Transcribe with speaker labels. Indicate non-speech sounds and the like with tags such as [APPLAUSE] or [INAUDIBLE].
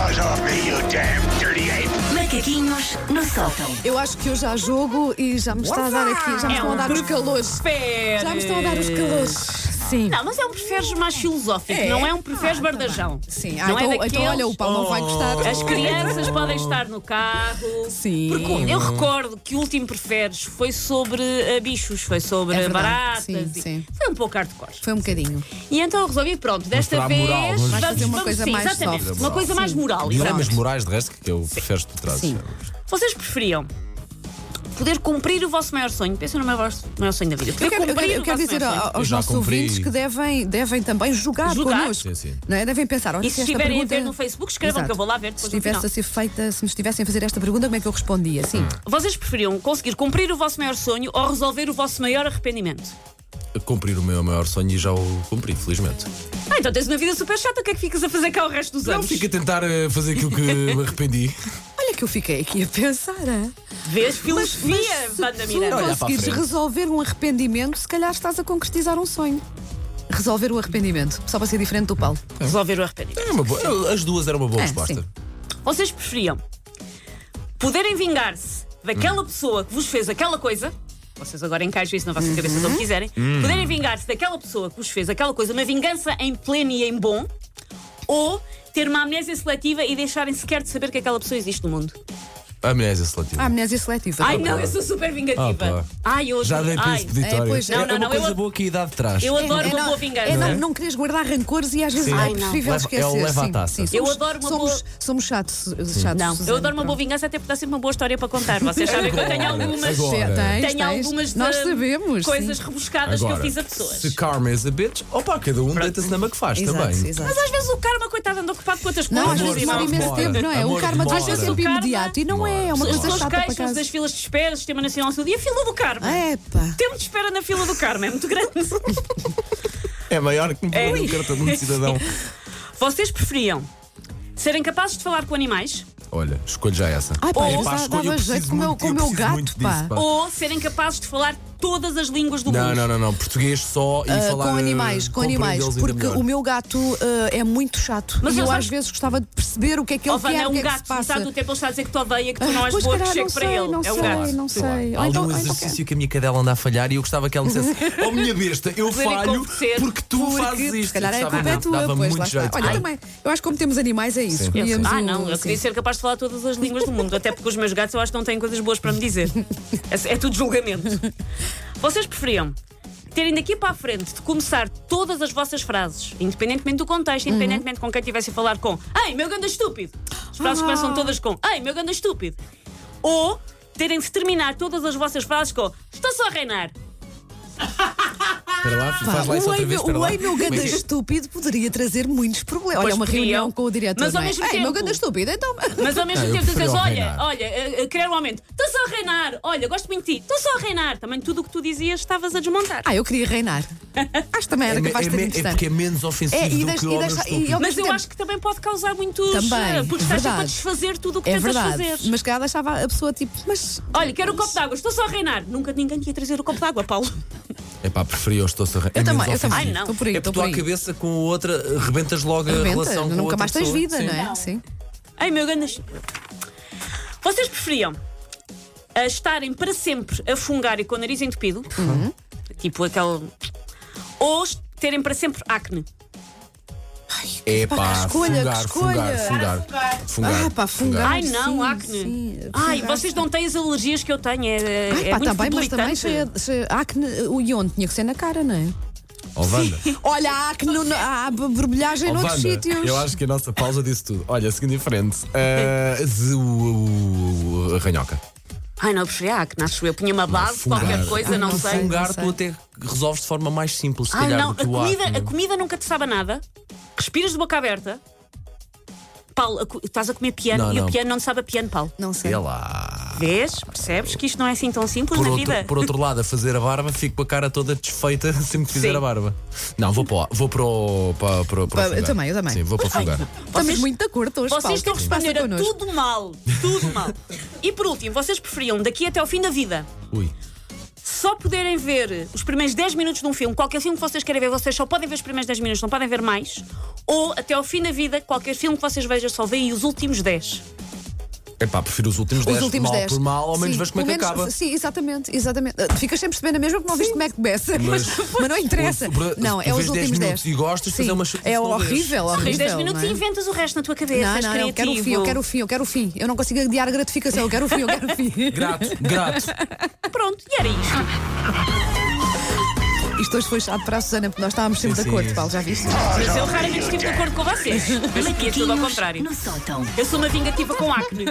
Speaker 1: you damn dirty ape!
Speaker 2: Macaquinhos no sótão.
Speaker 3: Eu acho que eu já jogo e já me está a dar aqui, já me estão a dar os calores.
Speaker 4: Prefere.
Speaker 3: Já me estão a dar os calores. Sim.
Speaker 4: Não, mas é um preferes mais filosófico,
Speaker 3: É?
Speaker 4: não é um preferes bardajão.
Speaker 3: Sim, ah,
Speaker 4: não
Speaker 3: então,
Speaker 4: é
Speaker 3: então
Speaker 4: daqueles- Oh.
Speaker 3: olha, o Paulo não vai gostar.
Speaker 4: As crianças podem estar no carro.
Speaker 3: Sim.
Speaker 4: Porque eu recordo que o último preferes foi sobre ah, bichos, foi sobre
Speaker 3: É verdade,
Speaker 4: baratas.
Speaker 3: sim,
Speaker 4: e-
Speaker 3: sim.
Speaker 4: Foi um pouco hardcore.
Speaker 3: Foi um bocadinho.
Speaker 4: E então eu resolvi, pronto, desta
Speaker 5: para a
Speaker 4: vez
Speaker 5: moral, vamos-
Speaker 4: vamos
Speaker 5: Vais
Speaker 3: fazer uma
Speaker 4: vamos-
Speaker 3: coisa
Speaker 4: sim,
Speaker 3: mais
Speaker 4: exatamente,
Speaker 3: soft.
Speaker 4: uma coisa mais moral.
Speaker 5: Dilemas
Speaker 4: exato.
Speaker 5: morais, de resto, que eu prefiro que tu trazes.
Speaker 3: Sim.
Speaker 4: Vocês preferiam poder cumprir o vosso maior sonho? Pensem no meu maior, maior sonho da vida. Poder
Speaker 3: Eu quero, eu
Speaker 4: cumprir
Speaker 3: quero- eu
Speaker 4: o
Speaker 3: quero
Speaker 4: vosso
Speaker 3: dizer
Speaker 4: maior sonho.
Speaker 3: ao-
Speaker 5: Eu
Speaker 3: aos
Speaker 5: já
Speaker 3: nossos
Speaker 5: cumpri.
Speaker 3: ouvintes que devem, devem também jogar,
Speaker 4: Jogar.
Speaker 3: connosco.
Speaker 5: Sim, sim.
Speaker 3: Não é? Devem pensar, olha,
Speaker 4: E se
Speaker 3: esta
Speaker 4: estiverem a ver
Speaker 3: pergunta-
Speaker 4: no Facebook, escrevam
Speaker 3: Exato.
Speaker 4: que eu vou lá ver depois
Speaker 3: se
Speaker 4: no final.
Speaker 3: tivesse a ser feita, se me estivessem a fazer esta pergunta, como é que eu respondia? Sim.
Speaker 5: Hum.
Speaker 4: Vocês preferiam conseguir cumprir o vosso maior sonho ou resolver o vosso maior arrependimento?
Speaker 5: Cumprir o meu maior sonho e já o cumpri, felizmente.
Speaker 4: Ah, então tens uma vida super chata, o que é que ficas a fazer cá o resto dos
Speaker 5: Não
Speaker 4: anos?
Speaker 5: fico a tentar eh, fazer aquilo que me arrependi.
Speaker 3: Olha que eu fiquei aqui a pensar. hã?
Speaker 4: Vês filosofia, Banda
Speaker 3: Se tu
Speaker 4: Miranda.
Speaker 5: Olha para a
Speaker 3: conseguires
Speaker 5: frente.
Speaker 3: resolver um arrependimento, se calhar estás a concretizar um sonho. Resolver o arrependimento. Só para ser diferente do Paulo.
Speaker 4: Resolver o arrependimento.
Speaker 5: Era É uma boa- As duas eram uma boa
Speaker 3: É,
Speaker 5: resposta.
Speaker 3: sim.
Speaker 4: Vocês preferiam poderem vingar-se daquela pessoa que vos fez aquela coisa? Vocês agora encaixam isso na vossa cabeça
Speaker 5: Uhum.
Speaker 4: se quiserem.
Speaker 5: Hum.
Speaker 4: Poderem vingar-se daquela pessoa que vos fez aquela coisa, uma vingança em pleno e em bom, ou ter uma amnésia seletiva e deixarem sequer de saber que aquela pessoa existe no mundo.
Speaker 5: A amnésia seletiva.
Speaker 3: A amnésia seletiva.
Speaker 4: Ai não, eu sou super vingativa.
Speaker 5: Ah, pá.
Speaker 4: Ai, eu
Speaker 5: já dei para
Speaker 4: ai,
Speaker 5: esse peditório.
Speaker 3: É, pois,
Speaker 4: Não, não,
Speaker 5: uma
Speaker 4: não,
Speaker 5: coisa
Speaker 4: eu-
Speaker 5: boa que a idade traz.
Speaker 4: Eu adoro
Speaker 3: É
Speaker 4: uma
Speaker 3: não,
Speaker 4: boa
Speaker 3: é
Speaker 4: vingança.
Speaker 3: não, não queres guardar rancores e às vezes
Speaker 5: Sim.
Speaker 3: é
Speaker 5: Ai, não.
Speaker 3: preferível
Speaker 5: Leva-
Speaker 3: esquecer.
Speaker 5: ele leva a
Speaker 3: sim,
Speaker 5: taça.
Speaker 3: sim,
Speaker 4: Eu
Speaker 3: somos-
Speaker 4: adoro uma
Speaker 3: somos,
Speaker 4: boa-
Speaker 3: somos chatos, eh, chatos
Speaker 4: Não,
Speaker 3: Susana,
Speaker 4: eu adoro uma boa vingança até porque dá sempre uma boa história para contar. Vocês sabem que eu tenho
Speaker 5: Agora,
Speaker 4: algumas,
Speaker 5: agora.
Speaker 3: Tens,
Speaker 4: tenho
Speaker 3: tens.
Speaker 4: algumas de-
Speaker 3: Nós sabemos,
Speaker 4: coisas
Speaker 3: sim.
Speaker 4: rebuscadas que eu fiz a pessoas.
Speaker 5: se karma is a bitch, opa, cada um deita-se na mão que faz
Speaker 3: Exato,
Speaker 5: também.
Speaker 3: exato.
Speaker 4: Mas às vezes o karma, coitado, anda ocupado com outras
Speaker 3: Não, às
Speaker 4: coisas.
Speaker 3: vezes
Speaker 4: e
Speaker 3: demora
Speaker 4: não.
Speaker 3: imenso
Speaker 5: Demora.
Speaker 3: tempo, não é? o
Speaker 5: Amor,
Speaker 3: karma
Speaker 5: demora.
Speaker 3: às vezes é sempre
Speaker 4: O karma-
Speaker 3: imediato e não é. É uma
Speaker 4: As
Speaker 3: coisa
Speaker 4: pessoas
Speaker 3: chata para
Speaker 4: queixam-se das
Speaker 3: casa. É.
Speaker 4: filas de espera, do Sistema Nacional de Saúde e a fila do karma.
Speaker 3: Epa.
Speaker 4: O tempo de espera na fila do karma é muito
Speaker 3: [LAUGHS]
Speaker 4: grande.
Speaker 5: É maior que me
Speaker 4: É.
Speaker 5: o cartão de um cidadão.
Speaker 4: Vocês preferiam serem capazes de falar com animais
Speaker 5: [LAUGHS] Olha, escolho já essa.
Speaker 3: Ai, pá,
Speaker 4: Ou-
Speaker 3: eu
Speaker 4: Pá,
Speaker 3: dava-
Speaker 5: escolho, eu
Speaker 3: dava
Speaker 5: preciso
Speaker 3: jeito com o meu-
Speaker 5: muito,
Speaker 3: com o
Speaker 5: eu
Speaker 3: meu
Speaker 5: preciso muito
Speaker 3: gato,
Speaker 5: disso,
Speaker 3: pá.
Speaker 5: pá.
Speaker 4: ou serem capazes de falar todas as línguas do
Speaker 5: Não,
Speaker 4: mundo?
Speaker 5: não, não, não. Português só e
Speaker 3: Ah,
Speaker 5: falar.
Speaker 3: com animais,
Speaker 5: eh,
Speaker 3: com animais,
Speaker 5: compreendê-los ainda
Speaker 3: porque
Speaker 5: melhor.
Speaker 3: o meu gato ah, é muito chato.
Speaker 4: Mas
Speaker 3: e eu
Speaker 4: eles
Speaker 3: às
Speaker 4: acham-
Speaker 3: vezes gostava de perceber o que é que ele
Speaker 4: Ou
Speaker 3: quer,
Speaker 4: é
Speaker 3: o que
Speaker 4: um
Speaker 3: é que se
Speaker 4: gato,
Speaker 3: passa. Ah,
Speaker 4: metade do tempo ele está a dizer que tu odeia, que tu não és
Speaker 3: Pois,
Speaker 4: boa, que
Speaker 3: caralho,
Speaker 4: chegue
Speaker 3: não
Speaker 4: para
Speaker 3: sei,
Speaker 4: ele.
Speaker 3: não
Speaker 4: é um
Speaker 3: sei.
Speaker 4: gato.
Speaker 3: não
Speaker 5: Sei
Speaker 3: sei.
Speaker 5: lá,
Speaker 3: Ou
Speaker 5: Há
Speaker 3: então-
Speaker 5: algum
Speaker 3: ou então
Speaker 5: exercício que a minha cadela anda a falhar e eu gostava que ela dissesse:
Speaker 3: [LAUGHS]
Speaker 5: Oh, minha besta, eu
Speaker 4: Poderem
Speaker 5: falho
Speaker 4: convencer,
Speaker 5: porque tu
Speaker 3: Porque,
Speaker 5: fazes isto.
Speaker 3: Se calhar é a
Speaker 5: Gostava
Speaker 3: culpa é
Speaker 5: muito,
Speaker 3: tua,
Speaker 5: dava
Speaker 3: pois
Speaker 5: muito
Speaker 3: lá está.
Speaker 5: jeito.
Speaker 3: Olha,
Speaker 5: Ai,
Speaker 3: também, eu acho que como temos animais é isso.
Speaker 5: Sim.
Speaker 4: Eu sei.
Speaker 3: Escolhíamos
Speaker 4: Ah,
Speaker 3: o-
Speaker 4: não, eu
Speaker 3: sim.
Speaker 4: queria ser capaz de falar todas as línguas do mundo, até porque os meus gatos eu acho que não têm coisas boas para me dizer. É, é tudo julgamento. Vocês preferiam terem daqui para a frente de começar todas as vossas frases, independentemente do contexto, independentemente com quem estivesse a falar com Ei, meu ganda estúpido! As frases começam todas com Ei, meu ganda estúpido! Ou terem de terminar todas as vossas frases com Estou só a reinar!
Speaker 5: Espera lá,
Speaker 3: Pá,
Speaker 5: faz lá isso
Speaker 3: o
Speaker 5: outra
Speaker 3: ei, Ah,
Speaker 5: vez.
Speaker 3: meu-
Speaker 5: espera
Speaker 3: o
Speaker 5: lá.
Speaker 3: ei, meu ganda
Speaker 5: Como é que é?
Speaker 3: estúpido poderia trazer muitos problemas. Olha,
Speaker 4: Pois
Speaker 3: uma
Speaker 4: podia.
Speaker 3: reunião com o diretor.
Speaker 4: Mas ao
Speaker 3: não é?
Speaker 4: mesmo
Speaker 3: Ei, meu
Speaker 4: tempo-
Speaker 3: ganda estúpido, então.
Speaker 4: Mas ao mesmo
Speaker 5: Ah, eu
Speaker 4: tempo dizes,
Speaker 5: prefiro ao
Speaker 4: olha,
Speaker 5: reinar.
Speaker 4: olha, eh, eh, querer um aumento, estou só a reinar, olha, gosto muito de ti, estou só a reinar. Também tudo o que tu dizias estavas a desmontar.
Speaker 3: Ah, eu queria reinar. Acho que também
Speaker 5: É
Speaker 3: era
Speaker 5: me-
Speaker 3: capaz
Speaker 5: é
Speaker 3: de ser
Speaker 5: me- É
Speaker 3: interessante.
Speaker 5: porque é menos ofensivo
Speaker 3: É, e
Speaker 5: do
Speaker 3: deixa-
Speaker 5: que
Speaker 3: e
Speaker 5: o homem
Speaker 3: deixa- e
Speaker 5: estúpido.
Speaker 3: ao
Speaker 4: Mas
Speaker 3: mesmo
Speaker 4: eu
Speaker 3: tempo-
Speaker 4: acho que também pode causar muitos.
Speaker 3: Também,
Speaker 4: eh, porque estás sempre a
Speaker 3: verdade.
Speaker 4: desfazer tudo o que
Speaker 3: É
Speaker 4: tentas
Speaker 3: verdade.
Speaker 4: fazer.
Speaker 3: Mas calhar deixava a pessoa tipo, mas.
Speaker 4: Olha, quero um copo d'água, estou só a reinar. Nunca ninguém te ia trazer o copo d'água,
Speaker 3: [LAUGHS]
Speaker 4: Paulo.
Speaker 5: É pá, preferia o estou-se a re- é
Speaker 3: Eu
Speaker 5: menos
Speaker 3: também, eu
Speaker 5: ofensivo.
Speaker 3: também.
Speaker 4: Ai, não.
Speaker 3: Estou por aí,
Speaker 5: É
Speaker 3: estou
Speaker 5: porque
Speaker 3: por
Speaker 5: tu à
Speaker 3: aí.
Speaker 5: cabeça com a outra, rebentas logo a
Speaker 3: Arrebenta,
Speaker 5: relação com a
Speaker 3: nunca
Speaker 5: outra
Speaker 3: mais tens
Speaker 5: pessoa.
Speaker 3: vida,
Speaker 5: Sim.
Speaker 3: não é?
Speaker 4: Não.
Speaker 3: Sim.
Speaker 4: Ai, meu ganas. Vocês preferiam a estarem para sempre a fungar e com o nariz entupido?
Speaker 3: Uhum.
Speaker 4: Tipo aquele. Ou terem para sempre acne?
Speaker 5: É
Speaker 3: Pá,
Speaker 5: pá,
Speaker 3: que escolha,
Speaker 5: fungar,
Speaker 3: que
Speaker 5: fungar,
Speaker 3: escolha.
Speaker 5: fungar, fungar.
Speaker 3: Ah, pá, fungar.
Speaker 4: Ai não,
Speaker 3: sim,
Speaker 4: acne.
Speaker 3: sim,
Speaker 4: Ai,
Speaker 3: fungar,
Speaker 4: vocês
Speaker 3: sim.
Speaker 4: não têm as alergias que eu tenho. É, é
Speaker 3: Ai, pá,
Speaker 4: muito
Speaker 3: também, mas também
Speaker 4: debilitante.
Speaker 3: cheia, cheia, acne, o ion tinha que ser na cara, não é?
Speaker 5: Ó, Wanda,
Speaker 3: Olha, a acne, no- há vermelhagem
Speaker 5: ó,
Speaker 3: noutros
Speaker 5: Wanda,
Speaker 3: sítios.
Speaker 5: eu acho que a nossa pausa disse tudo. Olha, seguindo em frente, ah, de- o- o- o- a ranhoca.
Speaker 4: Ai, não, eu preferia acne, acho eu. Punha uma base,
Speaker 5: fungar.
Speaker 4: qualquer coisa,
Speaker 3: Ai,
Speaker 4: Ah, não,
Speaker 3: Ah, não
Speaker 4: sei.
Speaker 3: sei.
Speaker 5: Fungar, tu até resolves de forma mais simples, se
Speaker 4: Ai,
Speaker 5: calhar,
Speaker 4: não, a
Speaker 5: do que o
Speaker 4: comida,
Speaker 3: é?
Speaker 5: acne.
Speaker 4: a comida nunca te sabe a nada. Respiras de boca aberta. Paulo, a co- estás a comer piano
Speaker 5: Não,
Speaker 4: e
Speaker 5: não.
Speaker 4: o piano não te sabe a piano, Paulo.
Speaker 3: Não sei.
Speaker 5: Sei lá.
Speaker 4: Vês? Percebes que isto não é assim tão simples
Speaker 5: Por
Speaker 4: na
Speaker 5: outro,
Speaker 4: vida?
Speaker 5: por outro lado, a fazer a barba, fico com a cara toda desfeita [LAUGHS] sempre que fizer
Speaker 4: Sim.
Speaker 5: a barba. Não, vou para o. Vou para o. Para, para, para o
Speaker 3: Eu
Speaker 5: fungar.
Speaker 3: também, eu também.
Speaker 5: Sim, vou para o fungar.
Speaker 3: Estamos
Speaker 4: Vocês-
Speaker 3: muito de acordo hoje, Paulo.
Speaker 4: Vocês estão a
Speaker 3: O que é que se passa
Speaker 4: responder a
Speaker 3: connosco?
Speaker 4: tudo
Speaker 3: [LAUGHS]
Speaker 4: mal. Tudo mal. E por último, vocês preferiam daqui até ao fim da vida
Speaker 5: Ui.
Speaker 4: só só poderem ver os primeiros 10 minutos de um filme, qualquer filme que vocês querem ver, vocês só podem ver os primeiros 10 minutos, não podem ver mais, ou até ao fim da vida, qualquer filme que vocês vejam, só veem os últimos 10.
Speaker 5: Epá, prefiro os últimos 10.
Speaker 3: Os últimos
Speaker 5: mal
Speaker 3: 10.
Speaker 5: por mal, ao menos
Speaker 3: Sim,
Speaker 5: vejo como é que
Speaker 3: pelo
Speaker 5: acaba.
Speaker 3: Sim, exatamente, exatamente. Ah, Ficas sempre perceber na mesma porque não viste Macbeth. Mas, é mas
Speaker 5: [LAUGHS]
Speaker 3: não interessa.
Speaker 5: o- o-
Speaker 3: não,
Speaker 5: tu
Speaker 3: é os
Speaker 5: vês 10
Speaker 3: últimos 10.
Speaker 5: minutos e gostas,
Speaker 3: Sim,
Speaker 5: depois é uma chatice
Speaker 3: É
Speaker 5: não vês.
Speaker 3: horrível,
Speaker 4: Tens
Speaker 3: horrível.
Speaker 4: 10 minutos
Speaker 3: não é?
Speaker 4: e inventas o resto na tua cabeça,
Speaker 3: Não,
Speaker 4: és
Speaker 3: não, não, eu quero o
Speaker 4: criativo.
Speaker 3: fim, eu quero o fim, eu quero o fim. Eu não consigo adiar a gratificação, eu quero o fim, eu quero o fim.
Speaker 5: Grato, grato.
Speaker 4: Pronto, e era isto.
Speaker 3: [LAUGHS] Isto hoje foi chato para a Susana, porque nós estávamos sempre
Speaker 5: Sim,
Speaker 3: de
Speaker 5: sim.
Speaker 3: acordo, Paulo, já viste?
Speaker 4: Mas eu raramente estive de acordo com vocês. Mas aqui é tudo ao
Speaker 2: Macaquinhos
Speaker 4: contrário.
Speaker 2: no sótão.
Speaker 4: Eu sou uma vingativa com acne.